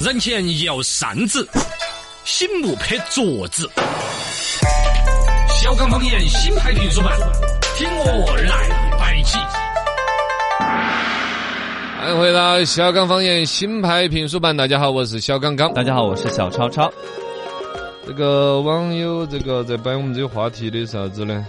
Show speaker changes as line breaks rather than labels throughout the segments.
人前摇扇子，醒目拍桌子。小刚方言新派评书版，听我来摆起。
欢迎回到小刚方言新派评书版，大家好，我是小刚刚。
大家好，我是小超超。
这个网友这个在摆我们这个话题的啥子呢？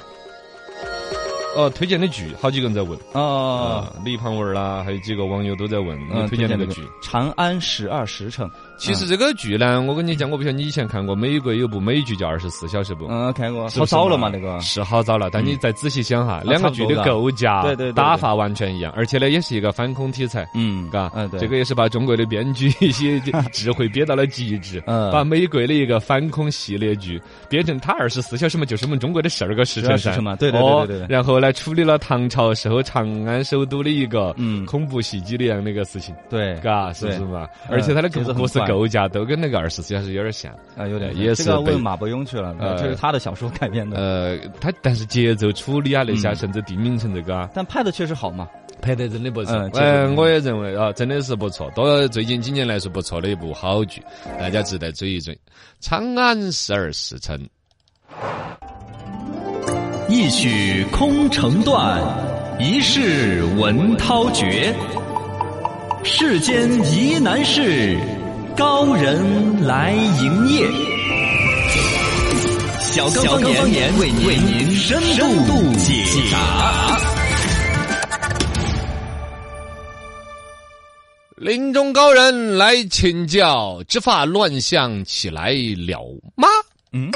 哦，推荐的剧，好几个人在问
哦，
啊，李胖文儿啦，还有几个网友都在问
嗯
你推荐那个
推
剧。
《长安十二时辰》。
其实这个剧呢，我跟你讲，我不晓得你以前看过，美国有部美剧叫《二十四小时》不？啊
嗯，看过，
是
好
不是
早了嘛，那个。
是好早了，但你再仔细想哈，两个剧的
嗯啊差不多
构架、
对对对对
打法完全一样，而且呢，也是一个反恐题材。
嗯，
嘎，
嗯，对，
这个也是把中国的编剧 一些智慧憋到了极 致，
嗯
把美国的一个反恐系列剧编成它二时四小时嘛，就是我们中国的十二个时辰
12时辰嘛
噻
对对对
哦
对对对
然后呢，处理了唐朝时候长安首都的一个
嗯
恐怖袭击的一样的一个事情，
对，
嘎，是不是
对
嘛？
嗯
而且它的
节奏很
故事
快
构架都跟那个二十四小时有点像，
啊，有点
也
这
是
个
被
问马伯庸去了，
呃
这是他的小说改编的，
呃，它但是节奏处理啊那些啊，
嗯
甚至定名成这个啊，
但拍的确实好嘛。
拍得真的不错
嗯，
呃
确实
我也认为啊，真的是不错，多最近几年来说不错的一部好剧，大家值得追一追，《长安十二时辰》。
一曲空城断，一世文涛绝。世间疑难事，高人来营业。小刚方言为您为您深度解答。
林中高人来请教，执法乱象起来了吗？
嗯，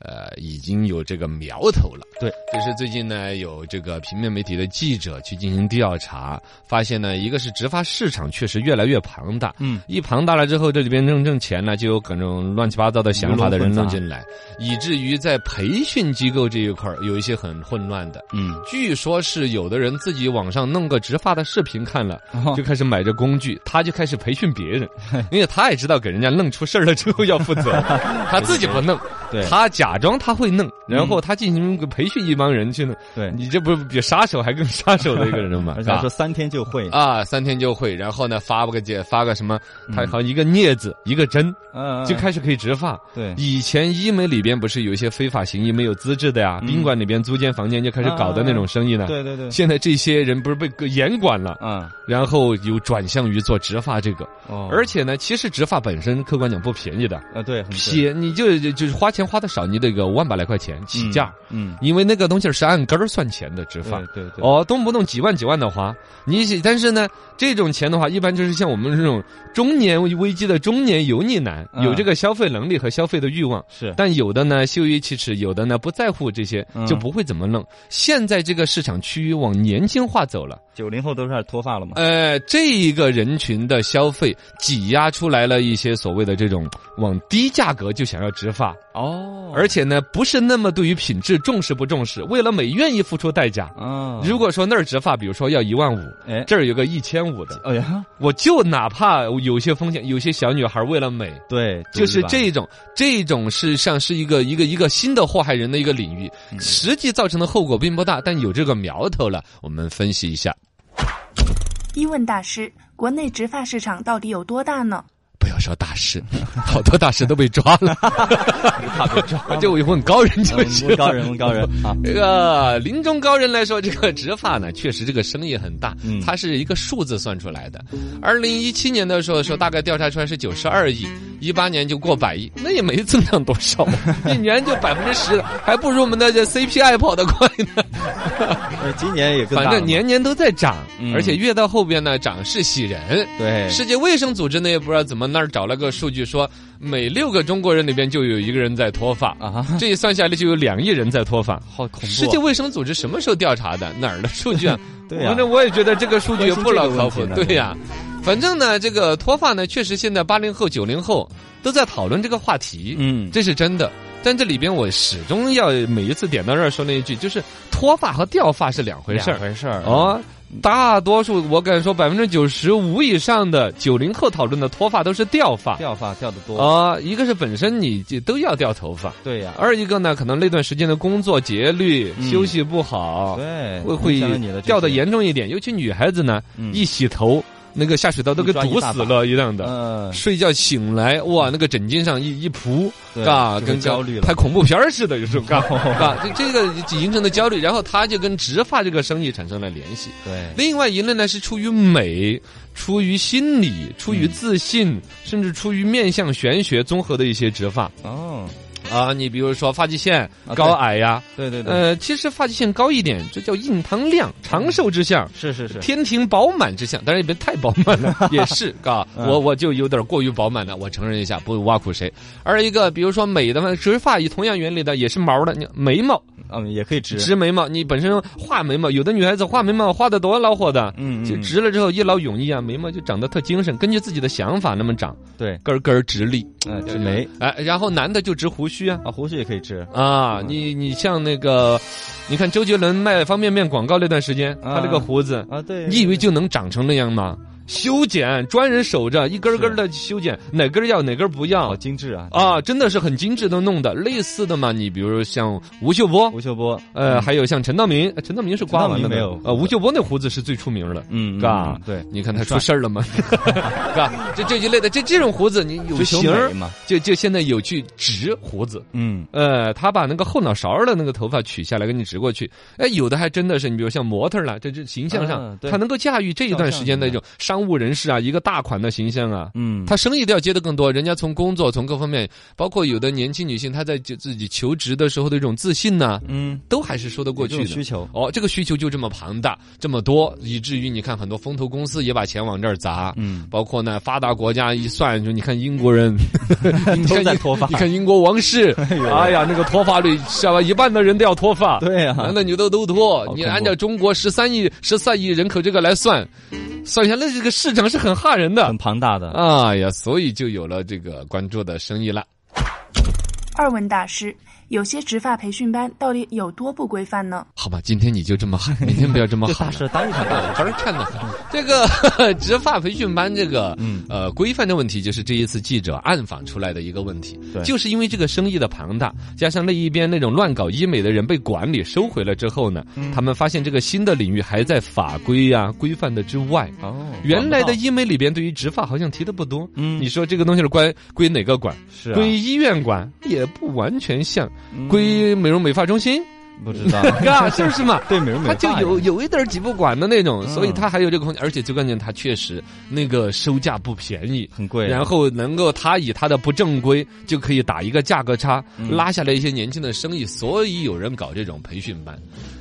呃，已经有这个苗头了。
对，
就是最近呢，有这个平面媒体的记者去进行调查，发现呢，一个是执法市场确实越来越庞大，
嗯，
一庞大了之后，这里边挣挣钱呢，就有各种乱七八糟的想法的人
鱼
弄
龙混杂
进来，
嗯
以至于在培训机构这一块儿有一些很混乱的。
嗯，
据说是有的人自己网上弄个植发的视频看了， 就开始买这工具，他就开始培训别人，因为他也知道给人家弄出事儿了之后要负责， 他自己不弄，
对嗯
他假装他会弄，然后他进行个培训一帮人去弄，
对，
你这不是比杀手还更杀手的一个人吗？
而
是
且还
吧
说？三天就会，
啊，三天就会，然后呢，发个姐发个什么，他好像一个镊子，一个针，
嗯，
就开始可以植发。
对，
以前医美里边不是有一些非法行医没有资质的呀，宾馆里边租间房间就开始搞的那种生意呢。
嗯对对对，
现在这些人不是被严管了，
嗯，
然后有转向于做植发这个，
哦，
而且呢，其实植发本身客观讲不便宜的，
呃，对，很对
便你就就就是花钱花的少，你得个五万把来块钱起价，，
嗯，
因为那个东西是按根儿算钱的植
嗯
发。
对对对，
哦，动不动几万几万的花，你喜但是呢，这种钱的话，一般就是像我们这种中年危机的中年油腻男，
嗯
有这个消费能力和消费的欲望，
是，
但有的呢羞于启齿，有的呢不在乎这些，
嗯
就不会怎么弄。现在这个市场趋于往年轻化走了，
九零后都开始脱发了嘛，
呃，这一个人群的消费挤压出来了一些所谓的这种往低价格就想要植发，
哦
而且呢不是那么对于品质重视不重视，为了美愿意付出代价。
啊，
如果说那儿植发，比如说要一万五，
哎，
这儿有个一千五的，
哎 呀，
我就哪怕有些风险，有些小女孩为了美，
对，
就是
吧
这种，这种是像是一个一个一个新的祸害人的一个领域，
嗯
实际造成的后果并不大，但有这个苗头了，我们分析一下。
一问大师，国内植发市场到底有多大呢？
不要说大师， 好多大师都被抓 了，
怕被抓
就问高人就行。
嗯问高人，问高人 啊，
这个临终高人来说，这个植发呢，确实这个生意很大，
嗯
它是一个数字算出来的。二零一七年的时候，说大概调查出来是九十二亿，一八年就过百亿，那也没增长多 少，一年就百分之十，还不如我们的这 CPI 跑得快呢。
呃，今年也更大
反
了
正
嘛
年年都在涨，
嗯
而且越到后边呢，涨势喜人。
对
世界卫生组织呢，也不知道怎么那儿找了个数据说，每六个中国人里边就有一个人在脱发，
啊，
这一算下来就有两亿人在脱发。
好恐 怖啊！
世界卫生组织什么时候调查的？哪儿的数 据啊？
对呀
反正我也觉得这个数据也不老靠谱
关心这个问题。呢
对呀、反正呢，这个脱发呢，确实现在八零后、九零后都在讨论这个话题，
嗯，
这是真的。但这里边我始终要每一次点到这儿说那一句，就是脱发和掉发是两回事儿。
回事儿哦，
哦，大多数我敢说百分之九十五以上的九零后讨论的脱发都是掉发。
掉发掉的多，
啊、一个是本身你就都要掉头发，
对呀，
二一个呢，可能那段时间的工作节律、
嗯
休息不好，
对，
会
影响了
会
你的这
掉的
些，
严重一点。尤其女孩子呢，
嗯
一洗头那个下水道都给堵死了一样的。
嗯，
睡觉醒来，哇，那个枕巾上一一扑，
对
嘎，
就会
跟
焦虑了
拍恐怖片儿似的，有时候 嘎嘎，这这个形成的焦虑，然后他就跟植发这个生意产生了联系。
对，
另外一类呢是出于美，出于心理，出于自信，甚至出于面向玄学综合的一些植发
哦，
啊。你比如说发际线
啊
高矮呀、
对对对，
呃，其实发际线高一点，这叫印堂亮、长寿之相。
是是是，
天庭饱满之相，当然也别太饱满 了，也是啊，
嗯
我我就有点过于饱满了，我承认一下，不挖苦谁。而一个比如说美的嘛，植发也同样原理的，也是毛的，你眉毛
嗯，也可以直，
植眉毛，你本身画眉毛，有的女孩子画眉毛画的多恼火的，
嗯，嗯
就
嗯
直了之后一劳永逸啊，眉毛就长得特精神，根据自己的想法那么长，
对，
根儿根儿直立。
嗯，直眉
哎，然后男的就植胡须啊。
啊，胡须也可以直，
啊，
嗯
你你像那个，你看周杰伦卖方便面广告那段时间，他那个胡子，
啊，嗯对，
你以为就能长成那样吗？修剪，专人守着，一根儿根的修剪，哪根儿要哪根儿不
好
要
精致啊，
啊，真的是很精致的弄的。类似的嘛，你比如像吴秀波，
吴秀波，
呃，还有像陈道明，呃陈道明是刮完了
嗯陈道明
的
没有，
呃，吴秀波那胡子是最出名的。
嗯，
嘎
嗯对，
你看他出事儿了吗？嘎，这这一类的，这这种胡子你有
追求
型儿
美，嘛，
就就现在有去植胡子，
嗯，
呃，他把那个后脑勺儿的那个头发取下来给你植过去，哎，有的还真的是，你比如像模特儿啦，这这形象上
啊，对
他能够驾驭这一段时间的一种商务人士啊，一个大款的形象啊。
嗯，
他生意都要接的更多，人家从工作从各方面，包括有的年轻女性，她在就自己求职的时候的一种自信呐，
嗯，
都还是说得过去
有这
的
种。需求，
哦，这个需求就这么庞大，这么多，以至于你看很多风投公司也把钱往这儿砸。
嗯，
包括呢，发达国家一算，就你看英国 人， 你看
都在
英
脱发
你看英国王 室，哎呀，那个脱发率，下吧，一半的人都要脱发，
对呀，
男的女的都脱。你
恐怖
按照中国十三亿、十三亿人口这个来算，算一下，那这个市场是很吓人的
很。庞大的，
哎呀，所以就有了这个关注的生意了。
二问大师，有些植发培训班到底有多不规范呢？
好吧，今天你就这么喊，明天不要这么
这
喊
大
了。
事单一场 大
反正看的很。这个 植发培训班这个
嗯
呃规范的问题，就是这一次记者暗访出来的一个问题
对，
就是因为这个生意的庞大，加上那一边那种乱搞医美的人被管理收回了之后呢，
嗯
他们发现这个新的领域还在法规呀、规范的之外。
哦，
原来
管不
的
到
医美里边对于植发好像提的不多，
嗯
你说这个东西是归归哪个管？
是啊
归医院管也不完全像，
嗯
归美容美发中 心，
不知道，
嘎，是不是嘛？
对美容美
他
发
就
呀
有有一点儿挤不管的那种，
嗯
所以他还有这个空间，而且最关键，他确实那个售价不便宜。
很贵啊，
然后能够他以他的不正规就可以打一个价格差，
嗯
拉下来一些年轻的生意，所以有人搞这种培训班。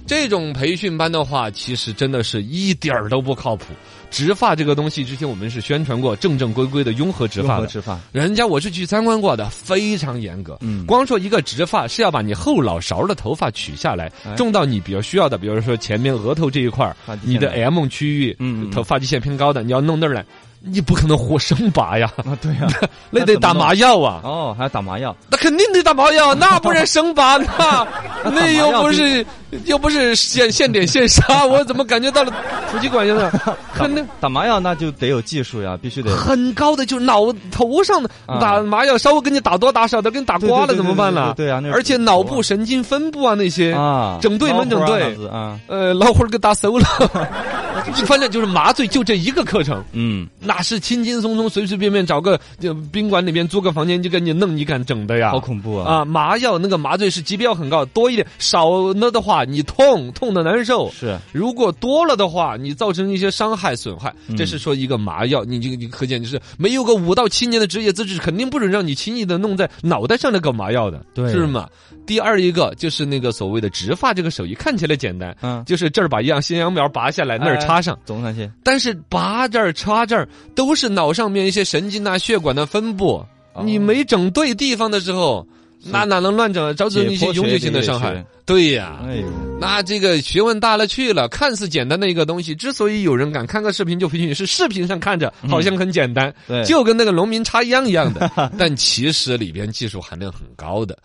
这种培训班的话，其实真的是一点儿都不靠谱。植发这个东西，之前我们是宣传过正正规规的雍和植
如
发
何
的，
植发，
人家我是去参观过的，非常严格。
嗯
光说一个植发是要把你后脑勺的头发取下来，种到你比较需要的，比如说前面额头这一块儿
哎发际线
你的
的
M 区域，
嗯嗯嗯
头发际线偏高的，你要弄那儿来，你不可能活生拔 呀，
啊，对 呀，
那得打麻药啊，
哦，还要打麻药，
那肯定得打麻药，啊 那不然生拔那那又不是又不是现现点现 杀，我怎么感觉到了突击管用呢？
打
肯定。
打麻药那就得有技术呀，必须得
很高的，就是脑头上的
啊
打麻药，稍微给你打多打少的，给你打刮了
对对对
怎么办呢？
对对对对啊那是
而且脑部神经分布啊那些
啊，
整队门整队，
啊，
呃，老虎儿给打馊了， 反正就是麻醉就这一个课程，
嗯，
那是轻轻松松、随随便便找个就宾馆里面租个房间就给你弄，你敢整的呀？
好恐怖啊，
啊！麻药那个麻醉是级别要很高，多一点少了的话，你痛痛的难受。
是
如果多了的话，你造成一些伤害损害，
嗯
这是说一个麻药，你你你可见就是没有个五到七年的职业资质，肯定不准让你轻易的弄在脑袋上那个麻药的，
对
是吗？第二一个就是那个所谓的植发这个手艺，看起来简单。
嗯，
就是这儿把一样新羊苗拔下来，那儿插上，
总算些，
但是拔这儿插这儿都是脑上面一些神经啊、血管的分布，
哦
你没整对地方的时候，那哪能乱整啊？造成一些永久性的伤
解剖学的一
害
些。
对呀、
哎呦，
那这个学问大了去了，看似简单的一个东西，之所以有人敢看个视频就培训，是视频上看着好像很简单，
嗯对
就跟那个农民插秧一样 的，但其实里边技术含量很高的。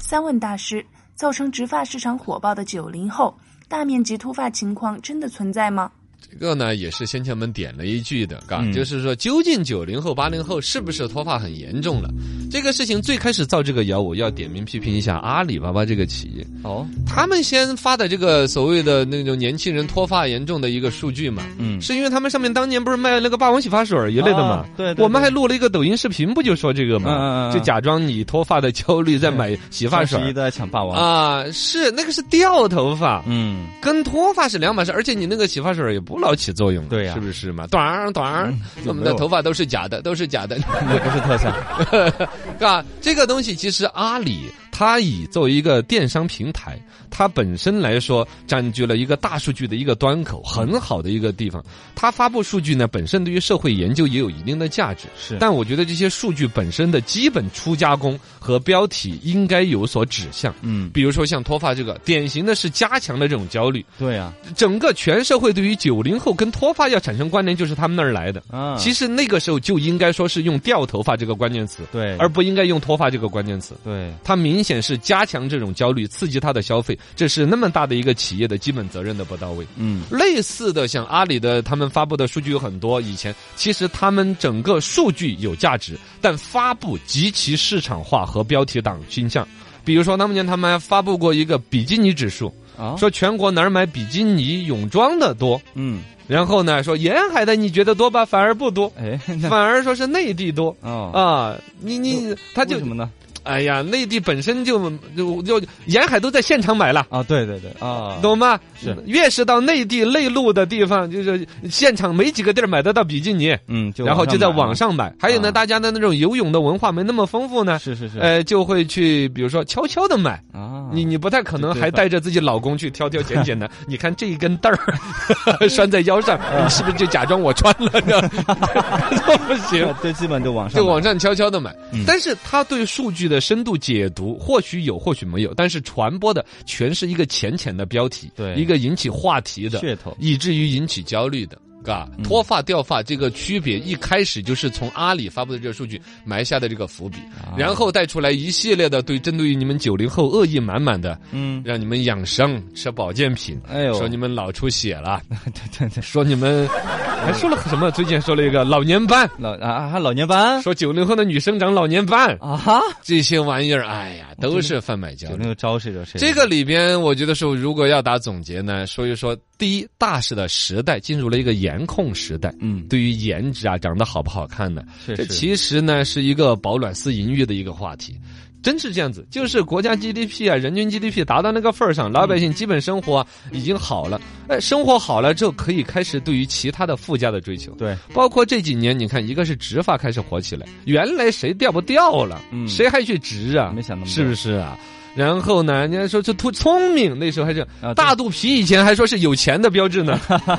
三问大师，造成植发市场火爆的九零后，大面积秃发情况真的存在吗？
这个呢也是先前我们点了一句的，嘎，
嗯
就是说究竟九零后、八零后是不是脱发很严重了？这个事情最开始造这个谣，我要点名批评一下阿里巴巴这个企业，
哦，
他们先发的这个所谓的那种年轻人脱发严重的一个数据嘛，
嗯，
是因为他们上面当年不是卖那个霸王洗发水儿一类的嘛？
啊对对对
我们还录了一个抖音视频，不就说这个嘛？
嗯嗯嗯嗯
就假装你脱发的焦虑，在买洗发水
双十一
儿
都在抢霸王，
啊，是那个是掉头发。
嗯，
跟脱发是两码事，而且你那个洗发水儿也不老起作用，啊
对呀嗯
是不是嘛？短儿短儿，我们的头发都是假的，都是假的，
也不是特效，
啊，这个东西其实阿里它以作为一个电商平台，它本身来说占据了一个大数据的一个端口，很好的一个地方。它发布数据呢，本身对于社会研究也有一定的价值。
是
但我觉得这些数据本身的基本初加工和标题应该有所指向。
嗯，
比如说像脱发这个，典型的是加强了这种焦虑。
对啊呀，
整个全社会对于九零后跟脱发要产生关联，就是他们那儿来的。
啊，
其实那个时候就应该说是用掉头发这个关键词，
对，
而不应该用脱发这个关键词。
对，
它明显是加强这种焦虑，刺激它的消费，这是那么大的一个企业的基本责任的不到位。
嗯，
类似的，像阿里的他们发布的数据有很多，以前其实他们整个数据有价值，但发布极其市场化和标题党倾向。比如说，当年他们还发布过一个比基尼指数，
啊，
说全国哪儿买比基尼泳装的多，
嗯，
然后呢说沿海的你觉得多吧，反而不 多，
哎，
反
那
而说是内地多。
哦，
啊，你你他就
为什么呢？
哎呀，内地本身就就就沿海都在现场买了。
啊，对对对，啊，
懂吗？
是
越是到内地内陆的地方，就是现场没几个地儿买得到比基尼，
嗯，就
然后就在网
上
上买。还有呢，
啊
大家的那种游泳的文化没那么丰富
买嘛，
呢，
是是是，
呃，就会去比如说悄悄的买。
啊，
你你不太可能
对
还
对
带着自己老公去挑挑拣 拣的。你看这一根带儿 拴在腰上，
啊
你是不是就假装我穿了呢？ 这不行。
这基本就网上
就
买
网站悄悄的买
嗯，
但是他对数据的深度解读或许有，或许没有，但是传播的全是一个浅浅的标题，
对
一个引起话题的，
噱头，
以至于引起焦虑的。嘎，脱发掉发这个区别一开始就是从阿里发布的这个数据埋下的这个伏笔，然后带出来一系列的对针对于你们九零后恶意满满 的，
嗯，
让你们养生吃保健品，
哎呦，
说你们脑出血了，
对对对，
说你们 还说了什么？最近说了一个老年斑，
老啊还老年斑
说九零后的女生长老年斑，
啊哈，
这些玩意儿，哎呀，都是贩卖焦
有那
虑。
个招谁惹谁？
这个里边，我觉得是如果要打总结呢，说一说第一，大势的时代进入了一个颜控时代。
嗯，
对于颜值啊，长得好不好看呢？
是
这
是
其实呢是一个保暖思淫欲的一个话题，真是这样子。就是国家 GDP 啊，人均 GDP 达到那个份儿上，老百姓基本生活、啊、已经好了。哎，生活好了之后，可以开始对于其他的附加的追求。
对，
包括这几年，你看，一个是植发开始火起来，原来谁掉不掉了，
嗯
谁还去植啊？
没想那么多
是不是啊？然后呢，人家说这图聪明，那时候还是、
啊对
大肚皮，以前还说是有钱的标志 呢，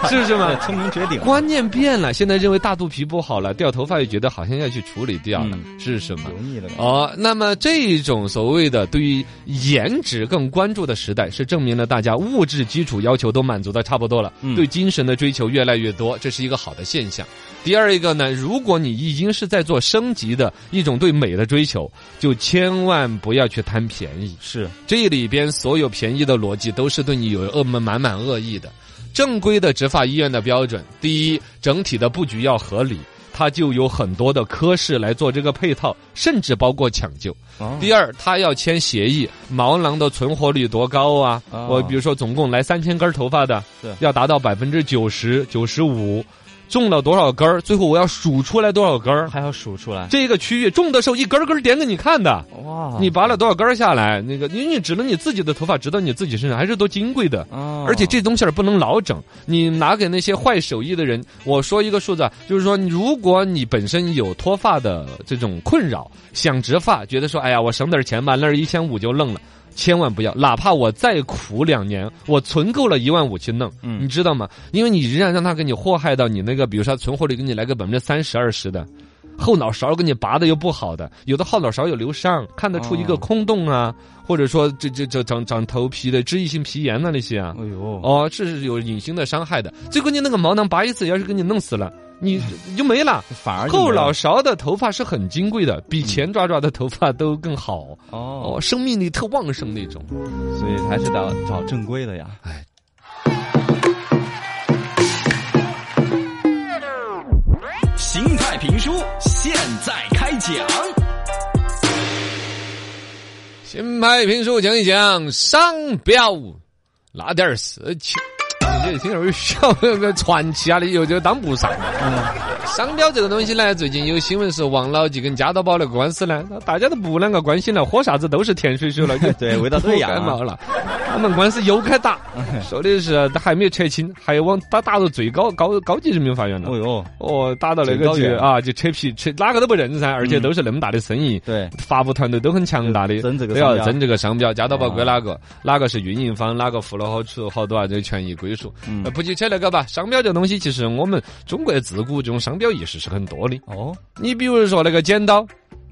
是不是嘛？
聪明绝顶，
观念变了，现在认为大肚皮不好了，掉头发也觉得好像要去处理掉了，
嗯
是什么
油？腻了感觉，
哦，那么这种所谓的对于颜值更关注的时代，是证明了大家物质基础要求都满足的差不多了，
嗯
对精神的追求越来越多，这是一个好的现象。第二一个呢，如果你已经是在做升级的一种对美的追求，就千万不要去贪便宜。
是
这里边所有便宜的逻辑都是对你有恶满满恶意的。正规的植发医院的标准，第一，整体的布局要合理，它就有很多的科室来做这个配套，甚至包括抢救。
哦
第二，它要签协议，毛囊的存活率多高啊？
哦
我比如说，总共来三千根头发的
是，
要达到百分之九十九十五，种了多少根儿？最后我要数出来多少根儿？
还要数出来，
这个区域种的时候一根儿根儿点给你看的。
哇
你拔了多少根儿下来？那个，因为你只能你自己的头发植到你自己身上，还是多金贵的。
啊，
而且这东西儿不能老整，你拿给那些坏手艺的人。我说一个数字，啊，就是说，如果你本身有脱发的这种困扰，想植发，觉得说，哎呀，我省点儿钱吧，那儿一千五就弄了。千万不要，哪怕我再苦两年，我存够了一万五去弄，
嗯
你知道吗？因为你仍然让他给你祸害到你那个，比如说他存活率给你来个百分之三十二十的，后脑勺给你拔的又不好的，有的后脑勺有瘤伤，看得出一个
哦
空洞啊，或者说这这这长长头皮的脂溢性皮炎呐、那些啊，
哎呦，
哦，这是有隐形的伤害的。最关键那个毛囊拔一次，要是给你弄死了， 你你就没了。
反而就
后
没了嗯
脑勺的头发是很金贵的，比前抓抓的头发都更好。
哦
哦，，生命力特旺盛那种。
哎所以还是得找正规的呀。
派评书现在开讲。
新派评书讲一讲商标那点儿事情。你这听着像那个传奇啊的，又就当不上。商标这个东西呢，最近有新闻是王老吉跟加多宝那个官司呢，大家都不啷个关心了，喝啥子都是甜水水了，就
对味道都一样啊
感冒了。他们官司又开打， 说的是他还没有澄清，还往打打到最高高高级人民法院了
哦。哟，
哦，打到那
最
个
高
去
院嗯
啊，就扯皮扯，哪个都不认噻，而且都是那么大的生意，
对，
法务团队都很强大的，
就争这个
都要
商标哦
争这个商标，加到宝归哪个，哪个是运营方，哪个付了好处好多啊，这个权益归属。
嗯
呃不去扯那个吧，商标这东西，其实我们中国自古这种商标意识是很多的。
哦，
你比如说那个剪刀，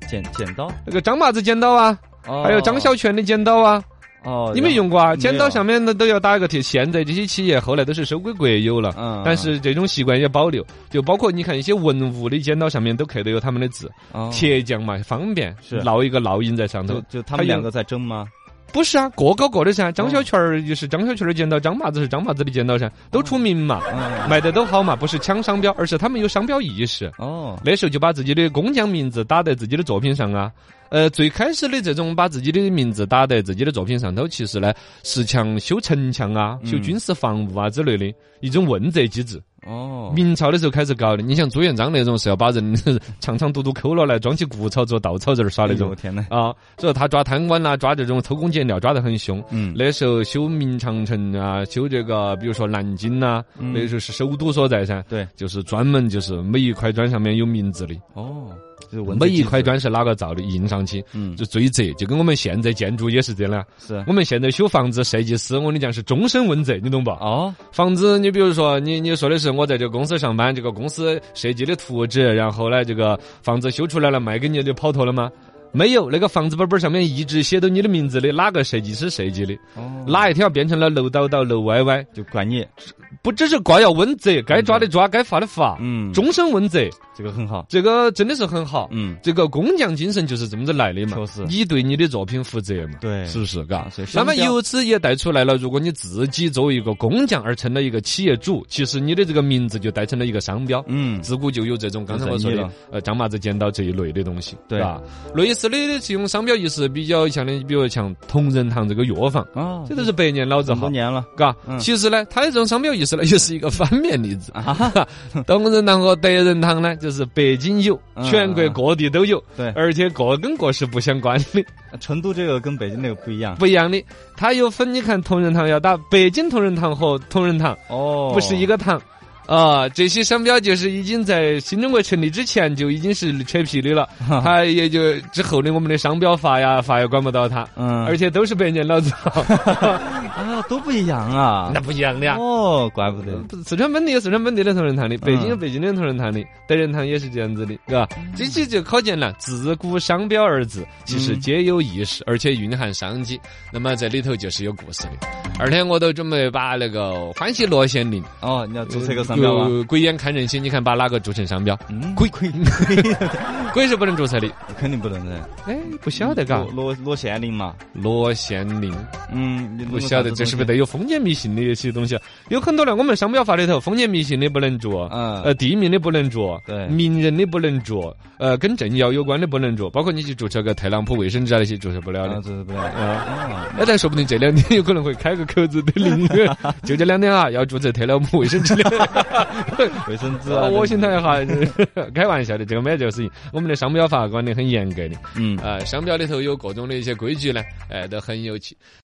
剪剪刀，
那个张麻子剪刀啊，
哦
还有张小泉的剪刀啊，
哦，
你没用过啊？
有
剪刀上面的都要打一个铁。现在这些企业后来都是收归国有了，
嗯
但是这种习惯也保留。就包括你看一些文物的剪刀上面都刻的有他们的字，
哦
铁匠嘛方便，
是
烙一个烙印在上头
就。就他
还嗯
们
有
两个在争吗？
不是
哦
啊，各搞各的噻。张小泉儿就是张小泉儿的剪刀，张麻子是张麻子的剪刀噻，都出名嘛，
嗯，
卖的都好嘛，不是抢商标，而是他们有商标意识。
哦，
那时候就把自己的工匠名字打在自己的作品上啊。呃，最开始的这种把自己的名字打在自己的作品上头，其实呢是强修城墙啊、
嗯
修军事防务啊之类的一种问责机制。
哦，
明朝的时候开始搞的，你像朱元璋那种是要把人 长长肚肚抠了来装起谷草做稻草人儿耍那
哎呦我
种。
天呐，
啊，所以他抓贪官啦、啊抓这种偷工减料抓得很凶。
嗯，
那时候修明长城啊，修这个，比如说南京呐、
嗯
那时候是首都所在噻，
对，
就是专门就是每一块砖上面有名字的，
哦，就是文字
每一
记录
块，砖是哪个造的，印上去，
嗯，
就追责，就跟我们现在建筑也是这样。
是啊
我们现在修房子，设计师我跟你讲是终身问责，你懂不？
哦，
房子，你比如说，你你说的是我在这个公司上班，这个公司设计的图纸，然后呢，这个房子修出来了卖给你，就跑脱了吗？没有，那个房子本本上面一直写到你的名字的，哪个设计师设计的，
哦，
哪一条变成了楼倒倒、楼歪歪，
就管你，
不只是挂要问责，该抓的抓，该罚的罚，
嗯，
终身问责，
这个很好，
这个真的是很好。
嗯，
这个工匠精神就是这么子来的嘛
确实，
你对你的作品负责嘛，
对
是不是？嘎
啊所以，
那么
商标
由此也带出来了，如果你自己作为一个工匠而成了一个企业主，其实你的这个名字就带成了一个商标。
嗯，
自古就有这种刚才我说
有
的
争议，
呃，张麻子剪刀这一类的东西，
对
是吧？类似的这种商标意识比较强的，比如像同仁堂这个药房，
哦，
这都是百年老字
很
号
多。年了
嘎，
嗯
其实呢，它这种商标意识呢， 也是一个反面例子。
啊哈，
同仁堂和德仁堂呢，就是北京有，
嗯
全国各地都有，
对
而且各跟各是不相关的，
成都这个跟北京那个不一样，
不一样的。它有分，你看同仁堂要打北京同仁堂和同仁堂，
哦，
不是一个
个，
堂。啊、这些商标就是已经在新中国成立之前就已经是扯皮的 了，它也就之后的我们的商标法呀，法也管不到它，
嗯，
而且都是百年老 字号，
啊都不一样啊，
那不一样的呀。
哦，怪不得，
嗯四川本地有四川本地的同仁堂的，北京有北京的同仁堂的，德仁堂也是这样子的，对吧？
嗯
这些就可见了，自古商标二字其
嗯
实皆有意识，而且蕴含商机。那么这里头就是有故事的。二天我都准备把那个欢喜罗县令
哦，你要注册一个商标啊吗？
呃鬼眼看人心，你看把哪个注成商标？
嗯，
鬼
亏
鬼是不能注册的。
肯定不能的，
哎，不晓得嘎
罗，罗罗县令嘛，
罗县令
嗯，你
不晓得这是不是
得？
得有封建迷信的一些东西啊？有很多呢，我们商标法里头封建迷信的不能注，
嗯
呃，地名的不能注，
对
名人的不能注，呃，跟政要有关的不能注，包括你去注册个特朗普卫生纸啊那些注册不了
啊，
的。
这是不了，
啊，
哦
那但说不定这两天有可能会开个口子的零， 就这两天啊，要注册特朗普卫生纸了。
卫生纸啊，
恶心他一下，开玩笑的，这个没得这个事情。我们的商标法管得很严格的，
嗯。
呃，商标里头有各种的一些规矩呢，哎、都很有趣。